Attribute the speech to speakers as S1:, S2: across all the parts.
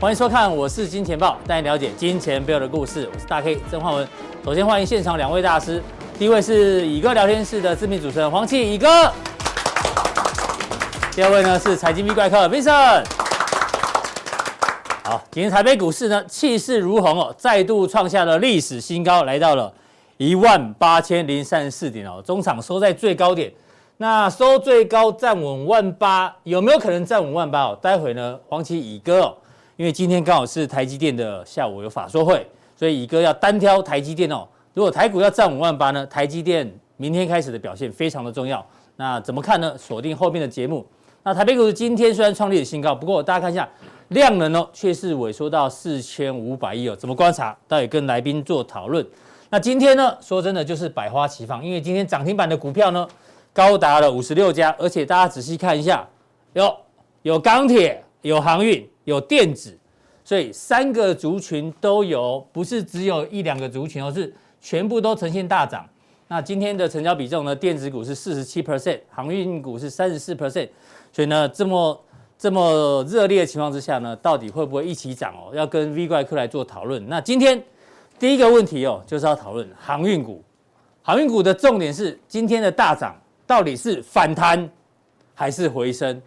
S1: 欢迎收看，我是金钱豹，带你了解金钱背后的故事。我是大 K 曾焕文。首先欢迎现场两位大师，第一位是以哥聊天室的知名主持人黄启以哥，第二位呢是财经 V 怪客 Vincent。好，今天台北股市呢气势如虹哦，再度创下了历史新高，来到了一万八千零三十四点哦，中场收在最高点。那收最高站稳万八，有没有可能站稳万八哦？待会呢，黄奇乙哥哦，因为今天刚好是台积电的下午有法说会，所以乙哥要单挑台积电哦。如果台股要站稳万八呢，台积电明天开始的表现非常的重要。那怎么看呢？锁定后面的节目。那台北股市今天虽然创历史新高，不过大家看一下量能哦，却是萎缩到四千五百亿哦。怎么观察？待会跟来宾做讨论。那今天呢，说真的就是百花齐放，因为今天涨停板的股票呢。高达了五十六家，而且大家仔细看一下，有有钢铁、有航运、有电子，所以三个族群都有，不是只有一两个族群哦，是全部都呈现大涨。那今天的成交比重呢，电子股是四十七 percent，航运股是三十四 percent，所以呢，这么这么热烈的情况之下呢，到底会不会一起涨哦？要跟 V 怪客来做讨论。那今天第一个问题哦，就是要讨论航运股。航运股的重点是今天的大涨。到底是反弹还是回升？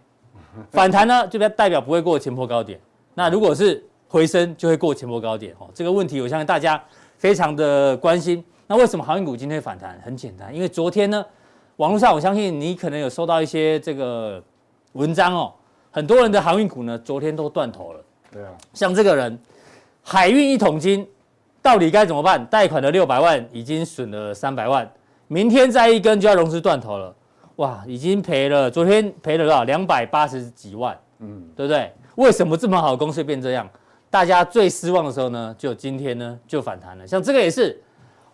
S1: 反弹呢，就代表不会过前波高点；那如果是回升，就会过前波高点。哦，这个问题我相信大家非常的关心。那为什么航运股今天反弹？很简单，因为昨天呢，网络上我相信你可能有收到一些这个文章哦，很多人的航运股呢，昨天都断头了。
S2: 对啊，
S1: 像这个人，海运一桶金，到底该怎么办？贷款的六百万已经损了三百万。明天再一根就要融资断头了，哇，已经赔了，昨天赔了多少？两百八十几万，
S2: 嗯，
S1: 对不对？为什么这么好的公司变这样？大家最失望的时候呢，就今天呢就反弹了。像这个也是，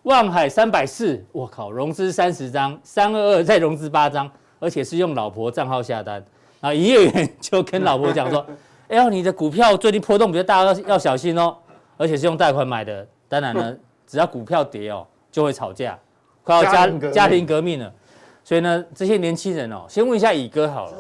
S1: 万海三百四，我靠，融资三十张，三二二再融资八张，而且是用老婆账号下单。啊，营业员就 跟老婆讲说：“哎呦，你的股票最近波动比较大，要要小心哦。”而且是用贷款买的，当然 呢，只要股票跌哦，就会吵架，快要家
S2: 家庭革命
S1: 家庭革命了。所以呢，这些年轻人哦，先问一下乙哥好了。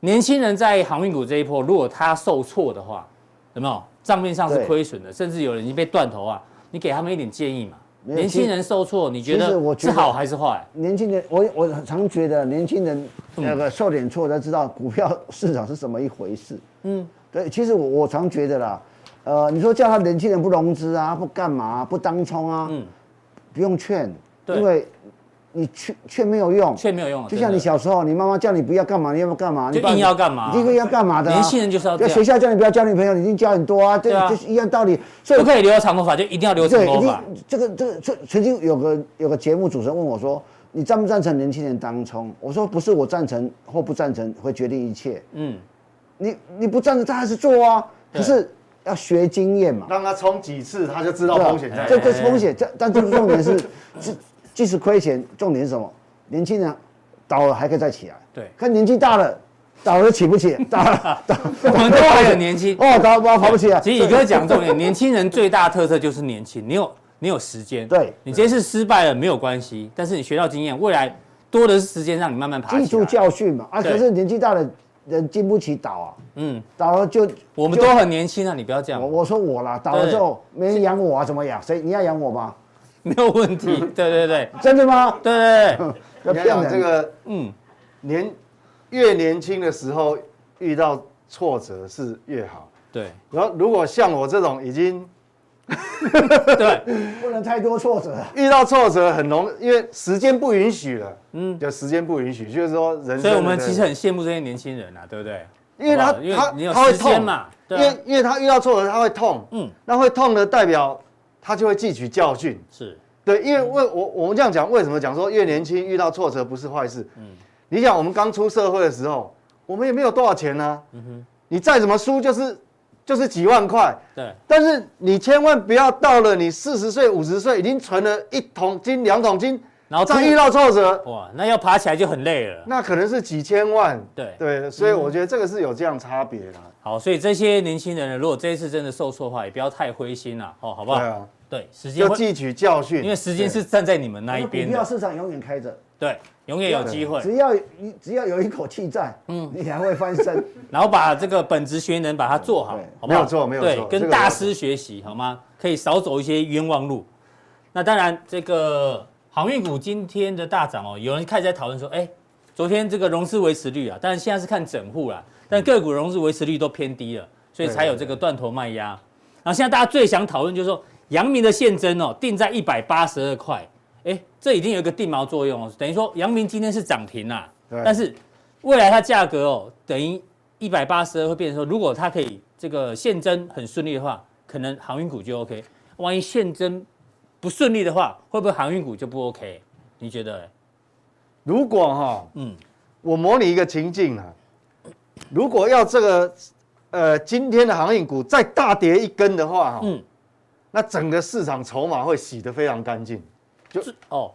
S1: 年轻人在航运股这一波，如果他受挫的话，有没有账面上是
S3: 对
S1: 亏损的，甚至有人已经被断头啊？你给他们一点建议嘛？
S3: 没有
S1: 年轻
S3: 其
S1: 人受挫，你觉
S3: 其实
S1: 得
S3: 我
S1: 是
S3: 觉得
S1: 好还是坏？
S3: 年轻人，我我常觉得年轻人
S1: 嗯
S3: 那个受点挫才知道股票市场是怎么一回事。
S1: 嗯
S3: 嗯，对，其实我我常觉得啦，呃，你说叫他年轻人不融资啊，不干嘛啊、不当冲啊，
S1: 嗯，
S3: 不用劝，
S1: 对
S3: 因为你劝劝没有用，
S1: 却没有用啊，
S3: 就
S1: 真
S3: 像
S1: 的
S3: 你小时候，你妈妈叫你不要干嘛，你要不要干嘛，
S1: 就
S3: 你爸
S1: 硬要干嘛
S3: 你这个要干嘛的啊？
S1: 年轻人就是要这样
S3: 学校叫你不要交女朋友，你已经交很多啊，这
S1: 对啊
S3: 这是一样道理。所以
S1: 不可以留长头发，就一定要留长
S3: 对，
S1: 头
S3: 一定
S1: 发。
S3: 这个这个曾曾经有个有个节目主持人问我说：“你赞不赞成年轻人当冲？”我说：“不是我赞成或不赞成会决定一切，
S1: 嗯，
S3: 你你不赞成他还是做啊，可是要学经验嘛，
S2: 让他冲几次，他就知道
S3: 对吧
S2: 风险在
S3: 这
S2: 哪。
S1: 哎
S3: 这风险，这但这个重点是，即即使亏钱，重点是什么？年轻人倒了还可以再起来，
S1: 对
S3: 看年纪大了。”倒了就起不起，倒了，倒
S1: 我们都 还很年轻哎
S3: 哦，倒了跑不起来。
S1: 其实乙哥讲重点，年轻人最大特色就是年轻，你有你有时间，
S3: 对
S1: 你今天是失败了没有关系，但是你学到经验，未来多的是时间让你慢慢爬
S3: 记
S1: 起
S3: 住
S1: 来。
S3: 教训嘛啊！
S1: 对
S3: 可是年纪大的人经不起倒啊，
S1: 嗯，
S3: 倒了就
S1: 我们
S3: 就
S1: 都很年轻啊，你不要这样
S3: 我，我说我啦，倒了之后没人养我啊，怎么养？谁你要养我吗？
S1: 没有问 题。对对对
S3: 真的吗？
S1: 对对对，
S3: 要
S2: 你看讲这个
S1: 嗯，
S2: 年越年轻的时候遇到挫折是越好。
S1: 对
S2: 然后如果像我这种已经
S1: 对，
S3: 不能太多挫折。
S2: 遇到挫折很容易，因为时间不允许了，嗯，就时间不允许，就是说人生的这个。
S1: 所以我们其实很羡慕这些年轻人啊，对不对？
S2: 因为
S1: 好
S2: 他
S1: 不好因为
S2: 他
S1: 你有
S2: 他会
S1: 时间
S2: 痛
S1: 嘛，对
S2: 因
S1: 啊
S2: 为因为他遇到挫折他会痛，
S1: 嗯
S2: 嗯，那会痛的代表他就会汲取教训，
S1: 是，
S2: 对，因为
S1: 嗯
S2: 为我我们这样讲，为什么讲说越年轻遇到挫折不是坏事？
S1: 嗯
S2: 你想我们刚出社会的时候，我们也没有多少钱呢、
S1: 嗯
S2: 你再怎么输就是就是几万块，
S1: 对
S2: 但是你千万不要到了你四十岁、五十岁已经存了一桶金、两桶金，
S1: 然后哦
S2: 再
S1: 这
S2: 遇到挫折，
S1: 哇，那要爬起来就很累了。
S2: 那可能是几千万。
S1: 对嗯
S2: 对，所以我觉得这个是有这样差别啦。
S1: 好，所以这些年轻人呢，如果这一次真的受挫的话，也不要太灰心了、哦，好不好？
S2: 对啊，
S1: 对，时间
S2: 要
S1: 会，
S2: 汲取教训。
S1: 因为时间是站在你们那一
S3: 股
S1: 边
S3: 票
S1: 的，
S3: 市场永远开着，
S1: 对，永远有机会。
S3: 只要你只要有一口气在，嗯，你还会翻身。
S1: 然后把这个本职学能把它做好
S3: 对，
S1: 好不好
S2: 没有错没有错
S1: 对，
S2: 这
S1: 跟
S2: 个
S1: 大师学习好吗？可以少走一些冤枉路。那当然，这个航运股今天的大涨哦，有人开始在讨论说，哎，昨天这个融资维持率啊，当然现在是看整户啦，
S2: 嗯
S1: 但个股融资维持率都偏低了，所以才有这个断头卖压。然后现在大家最想讨论就是说，阳明的现增哦，定在一百八十二块，哎，这已经有一个定锚作用哦，等于说阳明今天是涨停啦，
S2: 对
S1: 但是未来它价格哦，等于一百八十二会变成说，如果它可以这个现增很顺利的话，可能航运股就 OK。万一现增不顺利的话，会不会航运股就不 OK？你觉得？
S2: 如果哈、
S1: 嗯
S2: 嗯，我模拟一个情境啊，如果要这个呃今天的航运股再大跌一根的话、哈，
S1: 嗯，
S2: 那整个市场筹码会洗得非常干净。
S1: 哦，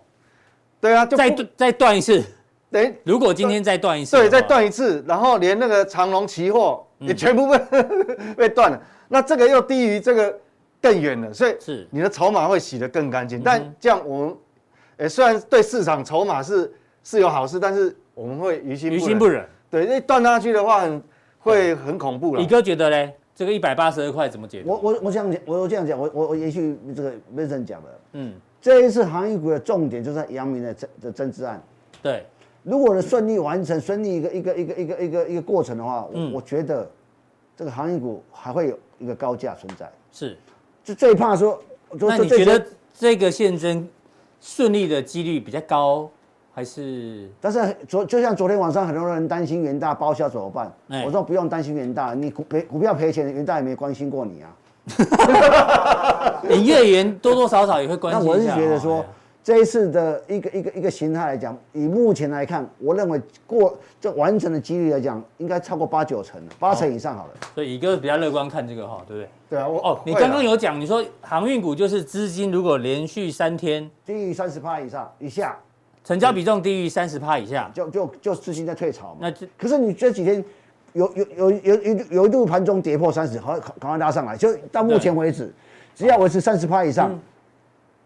S2: 对啊，就
S1: 再
S2: 不
S1: 断再断一次，
S2: 等于
S1: 如果今天再断一次，
S2: 对再，断一次，然后连那个长隆期货
S1: 嗯
S2: 也全部被、被 断了。那这个又低于这个更远了，所以
S1: 是嗯
S2: 你的筹码会洗得更干净。但这样我们，呃，虽然对市场筹码是是有好事，但是我们会于心
S1: 于心不忍。
S2: 对，那断下去的话很会很恐怖了
S1: 李。哥觉得嘞，这个一百八十二块怎么解
S3: 我
S1: 读？
S3: 我我这样讲，我我这样讲，我我我延续这个 Vincent 讲的，
S1: 嗯，
S3: 这一次航运股的重点就是在阳明的增的增资案。
S1: 对，
S3: 如果能顺利完成顺利一个一个一个一个一个一个过程的话，我、
S1: 嗯
S3: 我觉得这个航运股还会有一个高价存在。
S1: 是。
S3: 就最怕说，就
S1: 那你
S3: 就
S1: 觉
S3: 这
S1: 得这个现增顺利的几率比较高，还是
S3: 但是昨就像昨天晚上很多人担心元大报销怎么办，
S1: 哎
S3: 我说不用担心元大，你股赔股票赔钱，元大也没关心过你啊。
S1: 营业员多多少少也会关
S3: 那
S1: 心一下？
S3: 我是觉得
S1: 哦
S3: 说
S1: 哎呀，
S3: 这一次的一个一个一个形态来讲，以目前来看，我认为过这完整的几率来讲，应该超过八九成了，八成以上好了。
S1: 所以乙哥比较乐观看这个哈，对不对？
S2: 对啊，我
S1: 哦，你
S2: 会啊
S1: 刚刚有讲，你说航运股就是资金如果连续三天
S3: 低于三十趴以上以下，
S1: 成交比重低于三十趴以下，
S3: 就就就资金在退潮嘛。
S1: 那这
S3: 可是你这几天有有有有有一有一度盘中跌破三十，好赶赶快拉上来，就到目前为止，只要维持三十趴以上，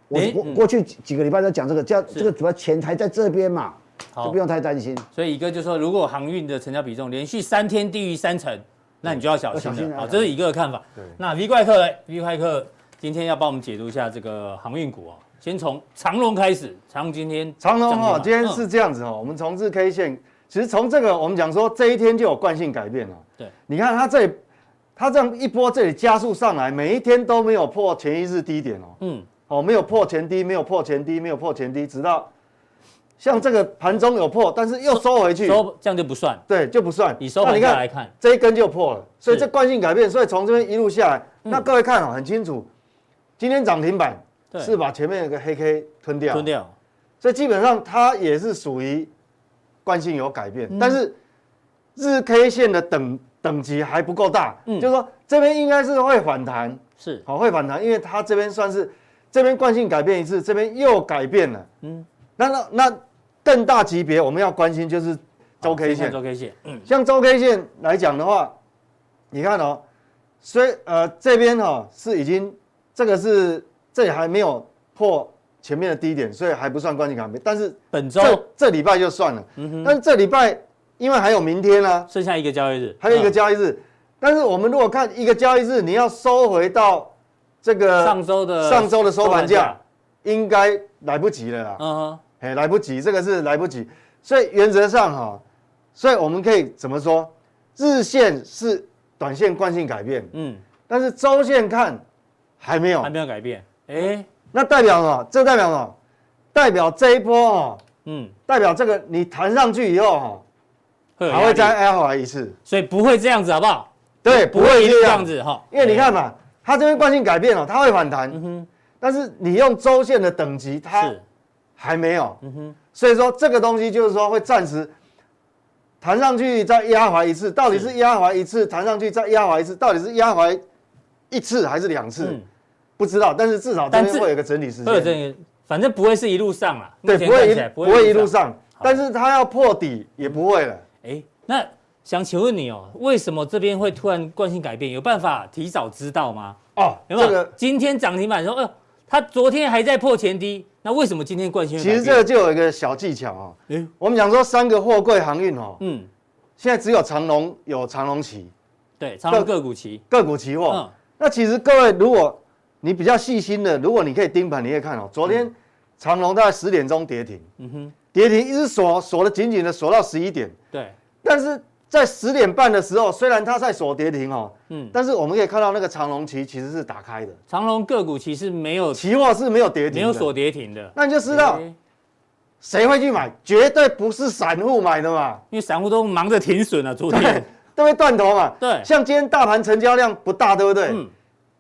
S3: 我
S1: 嗯诶
S3: 我
S1: 嗯
S3: 过去几几个礼拜都讲这个，叫
S1: 是
S3: 这个主要钱还在这边嘛，
S1: 好
S3: 就不用太担心。
S1: 所以乙哥就说，如果航运的成交比重连续三天低于三成，那你就要小心
S3: 要小心
S1: 了。
S3: 啊
S1: 好，这是乙哥的看法。那 V 怪客嘞，V 怪客今天要帮我们解读一下这个航运股哦。先从长龙开始，长龙今天
S2: 长隆
S1: 涨停
S2: 哈
S1: 板，
S2: 今天
S1: 嗯
S2: 是这样子哦哈，我们从日 K 线，其实从这个我们讲说这一天就有惯性改变了。哦
S1: 对，
S2: 你看它这里，它这样一波这里加速上来，每一天都没有破前一日低点哦，
S1: 嗯，
S2: 哦没有破前低，没有破前低，没有破前低，直到像这个盘中有破，但是又收回去，
S1: 收这样就不算，
S2: 对就不算。
S1: 以收
S2: 那
S1: 盘
S2: 你
S1: 价
S2: 看
S1: 来看，
S2: 这一根就破了，所以
S1: 是嗯
S2: 这惯性改变，所以从这边一路下来，那各位看哦，很清楚，今天涨停板
S1: 对，
S2: 是把前面有个黑 K 吞掉，
S1: 吞掉，
S2: 所以基本上它也是属于惯性有改
S1: 嗯
S2: 变，但是日 K 线的等等级还不够大，
S1: 嗯
S2: 就是说这边应该是会反弹，
S1: 是
S2: 好、会反弹，因为它这边算是这边惯性改变一次，这边又改变了，
S1: 嗯
S2: 嗯，那那那更大级别我们要关心就是周
S1: 好
S2: K
S1: 先看
S2: 线，
S1: 周 K 线，嗯，
S2: 像周 K 线来讲的话，你看哦，虽呃这边哦是已经这个是这里还没有破前面的低点，所以还不算关键改变，但是
S1: 本周嗯
S2: 这这礼拜就算了。但是这礼拜因为还有明天啊，
S1: 剩下一个交易日，
S2: 还有一个
S1: 嗯
S2: 交易日，但是我们如果看一个交易日，你要收回到这个
S1: 嗯上周的
S2: 上周的收盘价，，应该来不及了啦。
S1: 嗯哼，
S2: 哎，来不及，这个是来不及。所以原则上哈、所以我们可以怎么说？日线是短线惯性改变，
S1: 嗯，
S2: 但是周线看还没有
S1: 还。没有改变，哎，
S2: 那代表什么？这代表什么？代表这一波哦，
S1: 嗯，
S2: 代表这个你弹上去以后哈、
S1: 会有
S2: 还会
S1: 压
S2: 再
S1: 力，
S2: 挨回来一次。
S1: 所以不会这样子，好不好？
S2: 对，哎不会
S1: 一定
S2: 这
S1: 这
S2: 样
S1: 样
S2: 子，
S1: 子哈，
S2: 因为你看嘛，它这边惯性改变了、它会反弹。但是你用周线的等级，它
S1: 嗯是，
S2: 还没有。
S1: 嗯
S2: 所以说这个东西就是说会暂时弹上去再压回一次，到底是压回一次弹上去再压回一次，到底是压回一次还是两次、
S1: 嗯，
S2: 不知道。但是至少这
S1: 但
S2: 边
S1: 是
S2: 会有一个整理时
S1: 会有
S2: 间，
S1: 这个，反正不会是一路上啦，
S2: 对，
S1: 目前
S2: 不
S1: 看
S2: 会
S1: 起
S2: 一
S1: 来
S2: 不会一路
S1: 上。
S2: 上，但是它要破底也不会了。
S1: 哎，那想请问你哦，为什么这边会突然惯性改变？有办法提早知道吗？
S2: 哦，
S1: 有没有？
S2: 这个
S1: 今天涨停板说，哎呦，它昨天还在破前低，那为什么今天惯性会
S2: 其实
S1: 改
S2: 这
S1: 变
S2: 个就有一个小技巧哦。
S1: 诶
S2: 我们讲说三个货柜航运哦，
S1: 嗯，
S2: 现在只有长隆有长隆期
S1: 对，长隆个股期，
S2: 个股期货。
S1: 嗯
S2: 那其实各位，如果你比较细心的，如果你可以盯盘，你可以看哦，昨天长隆大概十点钟跌停，
S1: 嗯哼，
S2: 跌停一直锁锁的紧紧的，锁到十一点。
S1: 对，
S2: 但是在十点半的时候，虽然它在锁跌停哦，
S1: 嗯，
S2: 但是我们可以看到那个长隆期其实是打开的，
S1: 长隆个股期是没有
S2: 期货是没有跌停，
S1: 没有锁，跌停的，
S2: 那你就知道
S1: 诶
S2: 谁会去买，绝对不是散户买的嘛，
S1: 因为散户都忙着停损了，啊昨
S2: 对
S1: 天，，
S2: 都会断头嘛。
S1: 对
S2: 像今天大盘成交量不大，对不对？
S1: 嗯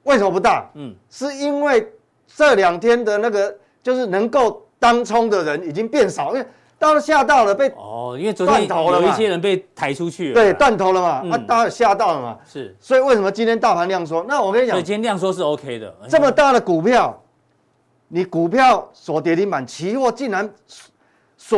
S2: 为什么不大？
S1: 嗯，
S2: 是因为这两天的那个就是能够当冲的人已经变少，因为到了吓到了被
S1: 哦，因为昨天
S2: 断头了
S1: 有
S2: 嘛
S1: 一些人被抬出去了，
S2: 对，断头了嘛，
S1: 嗯
S2: 啊，大家有吓到了嘛，
S1: 是，
S2: 所以为什么今天大盘量缩？那我跟你
S1: 所
S2: 讲
S1: 以，今天量缩是 OK 的，哎
S2: 这么大的股票，你股票锁跌停板，期货竟然锁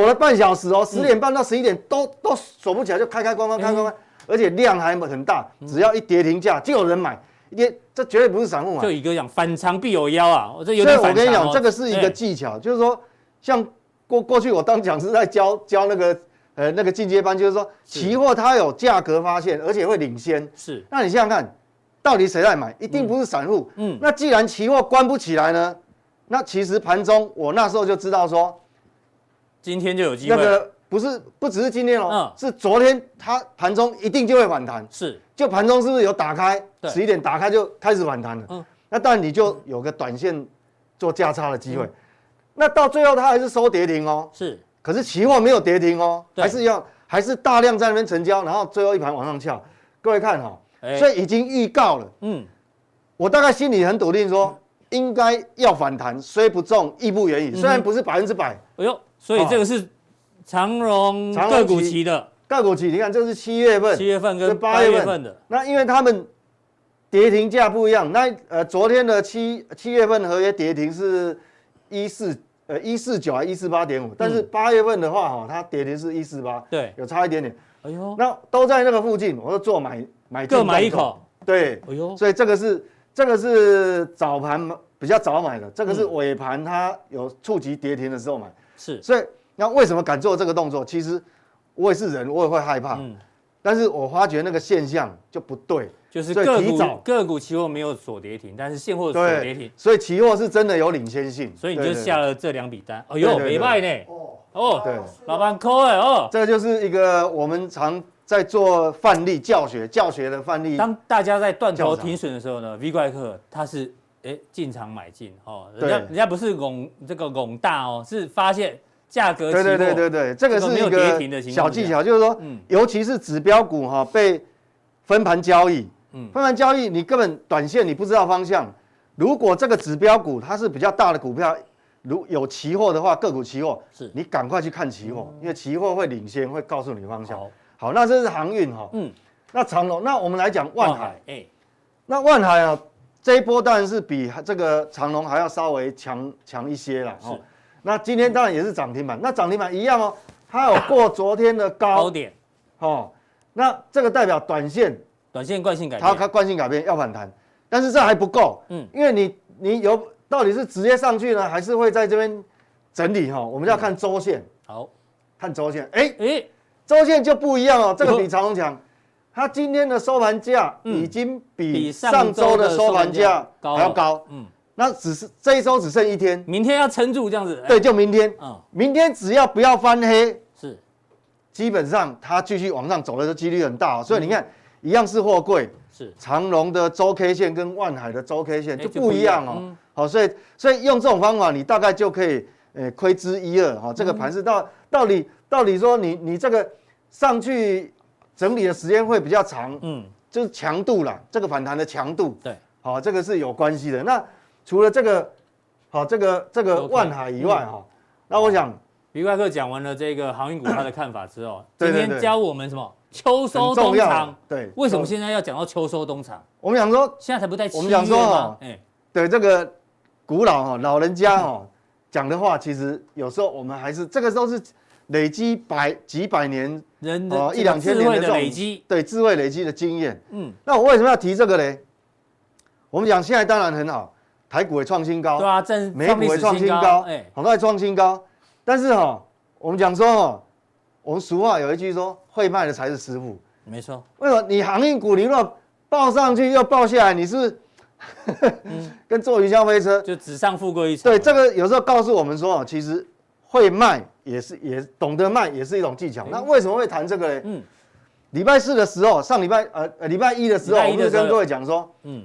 S2: 锁了半小时哦，十点半到十一点都都锁不起来，就开开关关开
S1: 嗯
S2: 关关，而且量还很大，只要一跌停价就有人买，一跌这绝对不是散户买
S1: 就。一个讲反常必有妖啊，我这有
S2: 所以
S1: 点
S2: 我
S1: 反
S2: 跟你
S1: 常
S2: 讲，
S1: 哦。
S2: 这个是一个
S1: 对
S2: 技巧，就是说，像过过去我当讲师在教教那个呃那个进阶班，就是说
S1: 是
S2: 期货它有价格发现，而且会领先。
S1: 是
S2: 那你想想看，到底谁在买？一定不是散户。
S1: 嗯嗯
S2: 那既然期货关不起来呢，那其实盘中我那时候就知道说，
S1: 今天就有机
S2: 那
S1: 会，
S2: 个不是不只是今天哦
S1: 嗯，
S2: 是昨天它盘中一定就会反弹。
S1: 是
S2: 就盘中是不是有打开？
S1: 对
S2: 十一点打开就开始反弹了。
S1: 嗯
S2: 那但你就有个短线做价差的机
S1: 嗯
S2: 会。那到最后它还是收跌停哦，
S1: 是，
S2: 可是期货没有跌停哦，
S1: 对
S2: 还是要还是大量在那边成交，然后最后一盘往上翘。各位看哈、哦
S1: 哎
S2: 所以已经预告了，
S1: 嗯，
S2: 我大概心里很笃定说。应该要反弹，虽不中，亦不
S1: 嗯
S2: 远矣。虽然不是百分之百，
S1: 哎呦，所以这个是长荣
S2: 哦长荣
S1: 个股
S2: 期
S1: 期的
S2: 盖股期你看这是七月份，
S1: 七月份
S2: 这
S1: 跟
S2: 八
S1: 八
S2: 月
S1: 月
S2: 份
S1: 份的，
S2: 那因为他们跌停价不一样，那呃，昨天的七七月份合约跌停是一四呃一四九还一四八点
S1: 嗯
S2: 五，但是八月份的话哈、它跌停是一四八，
S1: 对，
S2: 有差一点点。
S1: 哎呦，
S2: 那都在那个附近，我说做买买进
S1: 各买一
S2: 动作，
S1: 口，
S2: 对，
S1: 哎呦，
S2: 所以这个是这个是早盘比较早买的，这个是
S1: 嗯
S2: 尾盘它有触及跌停的时候买，
S1: 是，
S2: 所以那为什么敢做这个动作？其实我也是人，我也会害怕，
S1: 嗯，
S2: 但是我发觉那个现象就不对。
S1: 就是
S2: 所以
S1: 个
S2: 提早
S1: 股个股期货没有锁跌停，但是现货锁跌
S2: 对
S1: 停，，
S2: 所以期货是真的有领先性，
S1: 所以你就
S2: 对对
S1: 下了这两笔单，哎
S2: 对
S1: 呦，
S2: 对对
S1: 没卖呢，
S3: 哦，
S1: 哦，
S2: 对
S1: 老板扣哎哦，
S2: 这就是一个我们常在做范例教学、教学的范例。
S1: 当大家在断头
S2: 教场
S1: 停损的时候呢，V 怪客他是哎进场买进哦，人
S2: 对
S1: 家人家不是拱这个拱大哦，是发现价格期
S2: 对
S1: 货
S2: 对对对对，这
S1: 这个
S2: 个是
S1: 没有
S2: 一
S1: 跌停
S2: 个
S1: 的情
S2: 小
S1: 况下
S2: 技巧，就是说
S1: 嗯，
S2: 尤其是指标股哈被分盘交易，
S1: 嗯
S2: 分盘交易你根本短线你不知道方向。如果这个指标股它是比较大的股票，如有期货的话，个股期货
S1: 是嗯
S2: 你赶快去看期货，因为期货会领先，会告诉你方向
S1: 好。
S2: 好，那这是航运哈，
S1: 嗯，
S2: 那长龙，那我们来讲万海。
S1: 哎，
S2: 那万海啊，这一波当然是比这个长隆还要稍微强强一些了哦
S1: 是。
S2: 那今天当然也是涨停板，那涨停板一样哦，它有过昨天的
S1: 高
S2: 高
S1: 点，
S2: 哦。那这个代表短线
S1: 短线惯性改
S2: 它它
S1: 变，
S2: 惯性改变要反弹，但是这还不够，
S1: 嗯
S2: 嗯，因为你你有到底是直接上去呢，还是会在这边整理哈、哦？我们要看周线，
S1: 好，
S2: 看周线，哎、
S1: 哎，
S2: 周线就不一样哦，这个
S1: 哟
S2: 比长隆
S1: 嗯
S2: 强。它今天的收盘价已经比
S1: 比
S2: 上
S1: 嗯上
S2: 周
S1: 周
S2: 的
S1: 的
S2: 收
S1: 收
S2: 盘
S1: 盘
S2: 价
S1: 价
S2: 还要高，
S1: 嗯，
S2: 那只是这一周只剩一天，
S1: 明天要撑住这样子，哎
S2: 对，，就明天，
S1: 嗯，
S2: 明天只要不要翻黑，
S1: 是，
S2: 基本上它继续往上走的这几率很大哦、所以你
S1: 嗯
S2: 看，一样是货柜，
S1: 是
S2: 长隆的周 K 线跟万海的周 K 线
S1: 哎
S2: 就
S1: 就
S2: 不
S1: 不
S2: 一
S1: 一
S2: 样
S1: 样
S2: 哦。
S1: 嗯
S2: 好，所以所以用这种方法，你大概就可以呃窥之一二哈、
S1: 嗯
S2: 这个盘是到到底到底说你你这个上去整理的时间会比较长，
S1: 嗯，
S2: 就是强度啦，这个反弹的强度，
S1: 对，
S2: 好、这个是有关系的。那除了这个好、这个这个
S1: OK，
S2: 万海以外
S1: 嗯
S2: 哈、那我想
S1: 李怪客讲完了这个航运股他的看法之后，
S2: 对
S1: 今
S2: 对对
S1: 天教我们什么秋
S2: 很
S1: 收
S2: 重
S1: 冬
S2: 要
S1: 藏
S2: 啦，。对，
S1: 为什么
S2: 就
S1: 现在要讲到秋收冬藏？
S2: 我们想说
S1: 现在才不在七
S2: 我
S1: 月
S2: 们讲说哦
S1: 吗？哎，
S2: 对这个古老哈、老人家哈、讲的话，其实有时候我们还是这个都是累积百几百年
S1: 人
S2: 哦
S1: 的
S2: 一两千
S1: 智
S2: 年
S1: 慧
S2: 这
S1: 的
S2: 种
S1: 累积，
S2: 对智慧累积的经验。
S1: 嗯，
S2: 那我为什么要提这个嘞？我们讲现在当然很好，台股也创新高，
S1: 对啊，正
S2: 美股也创新高，
S1: 哎，
S2: 好在创新高。但是哈、我们讲说哈、我们俗话有一句说，会卖的才是师傅。
S1: 没错，
S2: 为什么你航运股你如果报上去又报下来，你是不是
S1: 嗯
S2: 跟坐云霄飞车？
S1: 就纸上富贵一层。
S2: 对，这个有时候告诉我们说，哦其实会卖也是也懂得卖也是一种技巧。那为什么会谈这个呢？
S1: 嗯
S2: 礼拜四的时候，上礼拜呃呃礼拜一的时
S1: 礼
S2: 候，
S1: 拜
S2: 我
S1: 一
S2: 不是
S1: 的时候
S2: 跟各位讲说，
S1: 嗯，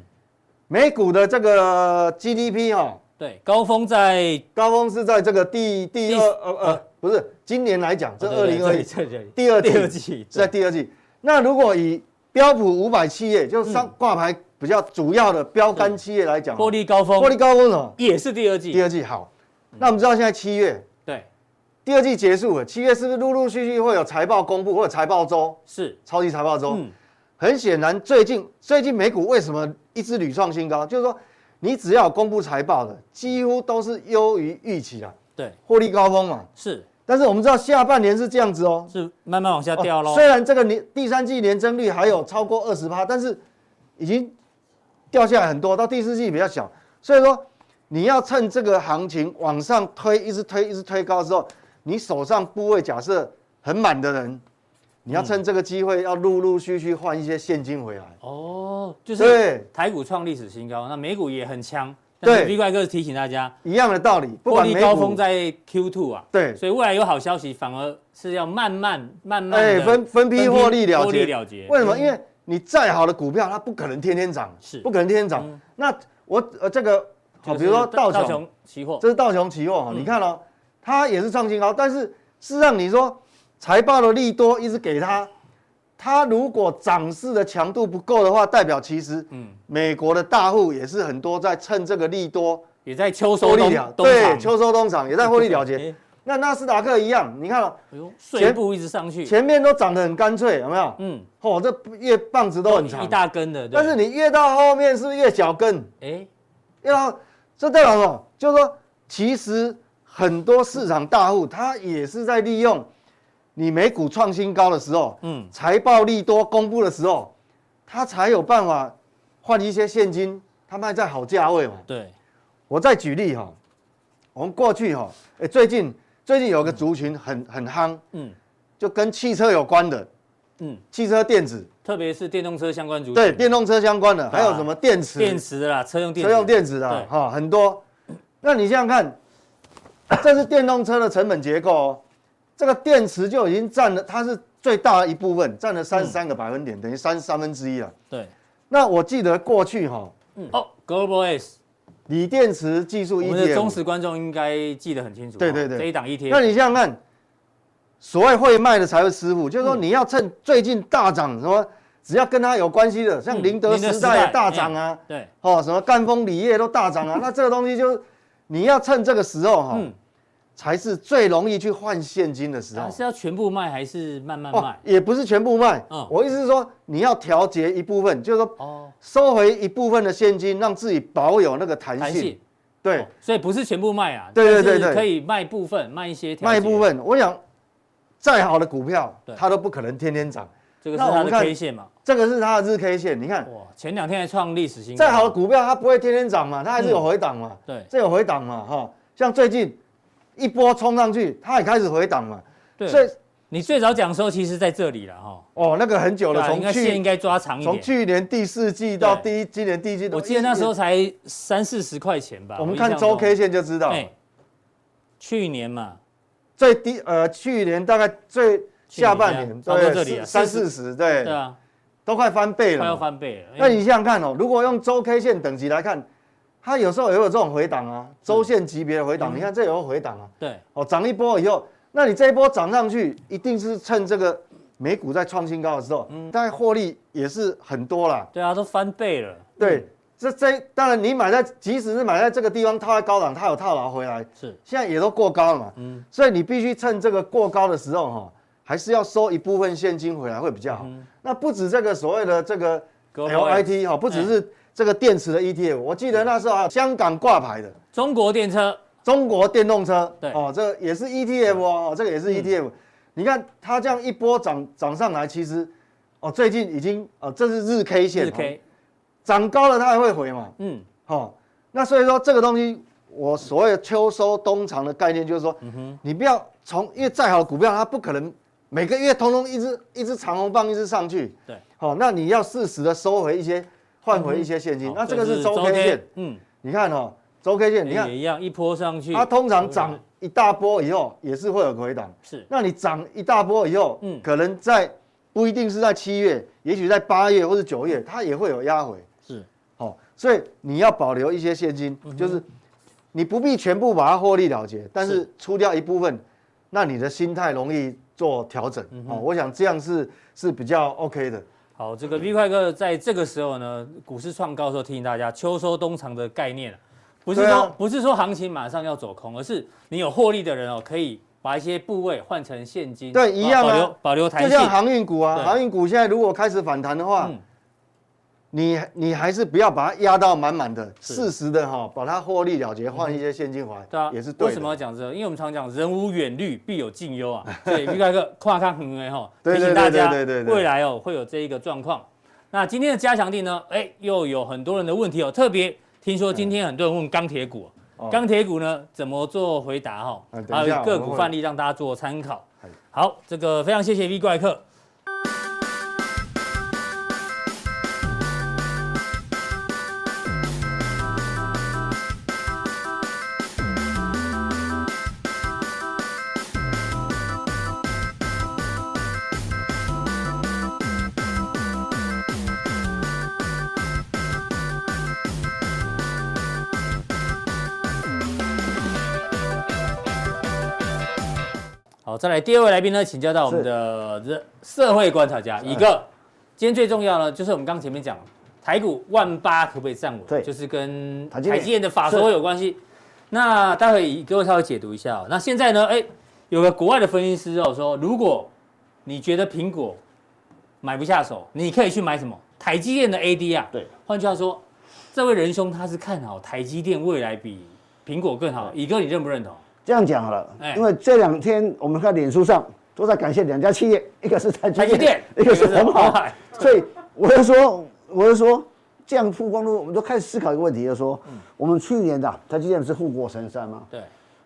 S2: 美股的这个 GDP 哦，
S1: 对，高峰在
S2: 高峰是在这个第第
S1: 第哦
S2: 二呃
S1: 呃
S2: 呃不是今年来讲，这二零二一
S1: 这里
S2: 第二季
S1: 第二季
S2: 是在第二季。那如果以标普五百企业，就是上
S1: 嗯
S2: 挂牌比较主要的标杆企业来讲，
S1: 获利高峰，
S2: 嗯获利高峰是什么？
S1: 也是第二
S2: 第
S1: 季，
S2: 二季好。那我们知道现在七月，
S1: 对，
S2: 第二季结束了，七月是不是陆陆续续会有财报公布或者财报周、
S1: 是，
S2: 超级财报周？
S1: 嗯，
S2: 很显然，最近最近美股为什么一直屡创新高？就是说，你只要有公布财报的，几乎都是优于预期的，
S1: 对，
S2: 获利高峰嘛。
S1: 是
S2: 但是我们知道下半年是这样子哦，
S1: 是慢慢往下掉
S2: 哦
S1: 喽
S2: 虽，然这个年第三季年增率还有超过二十趴，但是已经掉下来很多，到第四季比较小。所以说，你要趁这个行情往上推，一直推，一直推高之后，你手上部位假设很满的人，你要趁这个机会，要陆陆续续换一些现金回来。
S1: 哦，就是
S2: 对
S1: 台股创历史新高，那美股也很强，但是
S2: 对
S1: V 怪哥提醒大家，
S2: 一样的道理，不
S1: 获
S2: 管
S1: 利
S2: 美
S1: 高
S2: 股
S1: 峰在 Q two 啊，
S2: 对
S1: 所以未来有好消息，反而是要慢慢慢慢
S2: 哎、
S1: 的
S2: 分分批获利了
S1: 获
S2: 结，
S1: 利了结，
S2: 为什么？因为你再好的股票，它不可能天天涨，
S1: 是嗯
S2: 不可能天天涨。那我呃这个好，比如说
S1: 就是
S2: 道
S1: 道
S2: 琼，
S1: 琼期货，
S2: 这是道琼期货、哦，
S1: 嗯
S2: 你看哦，它也是创新高，但是事实上你说财报的利多一直给它，它如果涨势的强度不够的话，代表其实
S1: 嗯
S2: 美国的大户也是很多在趁这个利多
S1: 也在秋
S2: 获
S1: 收
S2: 利
S1: 冬
S2: 了，
S1: 冬
S2: 对，
S1: 藏
S2: 秋收冬藏也在获利了
S1: 哎
S2: 结。那纳斯达克一样，你看哦，
S1: 哎呦，碎步一直上去，
S2: 前面都涨得很干脆，有没有？
S1: 嗯，
S2: 哦，这越棒子都很
S1: 一
S2: 长，
S1: 大根的，对
S2: 但是你越到后面是不是越小根？
S1: 哎，
S2: 越到这代表什么？就是说，其实很多市场大户他也是在利用你美股创新高的时候，
S1: 嗯，
S2: 财报利多公布的时候，他才有办法换一些现金，他卖在好价位嘛。哦
S1: 对，
S2: 我再举例哈、哦我们过去哈、哎、最近最近有个族群很很夯，
S1: 嗯
S2: 就跟汽车有关的，
S1: 嗯，
S2: 汽车电子，
S1: 特别是电动车相关族群，
S2: 对，电动车相关的，还有什么电池、
S1: 电池的啦，车用电
S2: 车用电子的
S1: 对
S2: 啊哈、很多。那你想想看， 这是电动车的成本结构哦，这个电池就已经占了，它是最大的一部分，占了三十
S1: 嗯
S2: 三个百分点，等于三三分之一了。啊
S1: 对，
S2: 那我记得过去哈、
S1: 嗯，哦，Global S，
S2: 锂电池技术
S1: 我
S2: 一
S1: 们的
S2: 点
S1: 忠实观众应该记得很清楚哦，
S2: 对对对
S1: 这一档 ETF，
S2: 那你想想看，所谓会卖的才会师傅，就是说
S1: 嗯
S2: 你要趁最近大涨什么，只要跟它有关系的，像
S1: 嗯
S2: 宁德时代也大涨啊。，
S1: 宁德时代哎
S2: 哦，什么赣锋锂业都大涨啊，那这个东西就你要趁这个时候哈、
S1: 对，嗯，
S2: 才是最容易去换现金的时候
S1: 啊。是要全部卖还是慢慢
S2: 哦
S1: 卖，？
S2: 也不是全部卖，
S1: 嗯
S2: 我意思是说你要调节一部分，就是说
S1: 哦，
S2: 收回一部分的现金，让自己保有那个弹性。
S1: 弹性，
S2: 对，
S1: 哦所以不是全部卖啊，
S2: 对对
S1: 但是
S2: 对对
S1: 可以卖部分，卖一些，
S2: 卖一部，分，我想再好的股票
S1: 对，
S2: 它都不可能天天涨。
S1: 这个是
S2: 那我
S1: 它
S2: 们
S1: 的
S2: 看
S1: K 线嘛，
S2: 这个是它的日 K 线，你看
S1: 哇，前两天还创历史新高，
S2: 再好的股票，它不会天天涨嘛，它还是有回档嘛。
S1: 对
S2: 这有回档嘛，哈、像最近一波冲上去，它也开始回档嘛。
S1: 对，
S2: 所以
S1: 你最早讲的时候，其实在这里了哈。
S2: 哦，那个很久
S1: 对
S2: 了，
S1: 啊，应
S2: 从
S1: 该线应
S2: 去
S1: 该抓长一
S2: 从
S1: 点。
S2: 去年第四季到第一今年第一季都，
S1: 我记得那时候才三四十块钱吧。
S2: 我们
S1: 印
S2: 看
S1: 象中
S2: 周 K 线就知道，
S1: 哎，去年嘛，
S2: 最低呃去年大概最下半年
S1: 差不多这里啊
S2: 三
S1: 40
S2: 四十对
S1: 对，啊，
S2: 都快翻倍
S1: 快要
S2: 了嘛。
S1: 翻倍了。
S2: 那
S1: 哎
S2: 你想想看哦，如果用周 K 线等级来看，它有时候也有这种回档
S1: 嗯
S2: 啊，周线级别的回档，你看这也有回档啊，
S1: 对，
S2: 哦涨一波以后，那你这一波涨上去，一定是趁这个美股在创新高的时候，
S1: 嗯
S2: 大概获利也是很多啦。
S1: 对啊，都翻倍了。
S2: 对，这这当然你买在，即使是买在这个地方套在高档，它有套牢回来，
S1: 是，
S2: 现在也都过高了嘛。
S1: 嗯
S2: 所以你必须趁这个过高的时候哈、还是要收一部分现金回来会比较好。那不止这个所谓的这个
S1: Global X
S2: LIT 哈、不只是这个电池的 ETF，、我记得那时候还有香港挂牌的
S1: 中国电车
S2: 中国电动车，
S1: 对
S2: 哦，这个也是 ETF 哦，哦这个也是 ETF。你看它这样一波涨涨上来，其实哦，最近已经哦，这是日 K 线，
S1: 日 K，
S2: 涨高了它还会回嘛？
S1: 嗯，
S2: 哦，那所以说这个东西，我所谓的秋收冬藏的概念，就是说，你不要从因为再好的股票，它不可能每个月通通一只一只长红棒一直上去。
S1: 对，
S2: 好、那你要适时的收回一些，换回一些现金。
S1: 好
S2: 嗯那这个是周 K 哎线，，
S1: 嗯，哎
S2: 你看哦，周 K 线，你看啊
S1: 也一样，一波上去，
S2: 它通常涨一大波以后，也是会有个回档。
S1: 是
S2: 那你涨一大波以后，
S1: 嗯
S2: 可能在不一定是在七月，也许在八月或者九月，它也会有压回。
S1: 嗯是，嗯
S2: 好、所以你要保留一些现金，就是你不必全部把它获利了结，但是出掉一部分，那你的心态容易做调整。
S1: 嗯
S2: 哦，我想这样是是比较 OK 的。
S1: 好，这个 V 快哥在这个时候呢，股市创高的时候提醒大家秋收冬藏的概念啊，不是
S2: 对啊
S1: 说、不是说行情马上要走空，而是你有获利的人哦，可以把一些部位换成现金，
S2: 对一样啊
S1: 保留保留
S2: 就
S1: 弹性
S2: 像。航运股啊，
S1: 对
S2: 航运股现在如果开始反弹的话，
S1: 嗯
S2: 你你还是不要把它压到满满的，
S1: 是嗯
S2: 适时的哈、把它获利了结，换一些现金回来，
S1: 对啊，
S2: 也是对的。
S1: 为什么要讲这个？因为我们常讲“人无远虑，必有近忧”啊。 所以 V 怪哥跨看很远哈，
S2: 对
S1: 提
S2: 对
S1: 醒大家
S2: 对对对对对
S1: 未来哦会有这一个状况。那今天的加强地呢？哎，又有很多人的问题哦，特别听说今天很多人问钢铁股哦，
S2: 哦
S1: 钢铁股呢怎么做回答哈
S2: 啊？等
S1: 还
S2: 一下
S1: 有个
S2: 我们
S1: 股
S2: 会
S1: 范例让大家做参考
S2: 哎。
S1: 好，这个非常谢谢 V 怪客。好，再来第二位来宾呢，请教到我们的这社会观察家一个。今天最重要呢，就是我们刚前面讲，台股万八可不可以站稳？
S3: 对
S1: 就是跟
S3: 台积电
S1: 台积电的法说有关系。那待会给我稍微解读一下、哦。那现在呢，哎，有个国外的分析师哦说，如果你觉得苹果买不下手，你可以去买什么？台积电的 AD 啊。
S3: 对。
S1: 换句话说，这位仁兄他是看好台积电未来比苹果更好。乙哥，你认不认同？
S3: 这样讲好了
S1: 哎，
S3: 因为这两天我们看脸书上都在感谢两家企业，一个是台积电，
S1: 台积电
S3: 一个是
S1: 一个
S3: 红
S1: 是红
S3: 海
S1: 海，
S3: 所以我就说，我就说，这样曝光度，我们都开始思考一个问题，就是说，
S1: 嗯
S3: 我们去年的啊台积电不是护国神山吗？
S1: 对，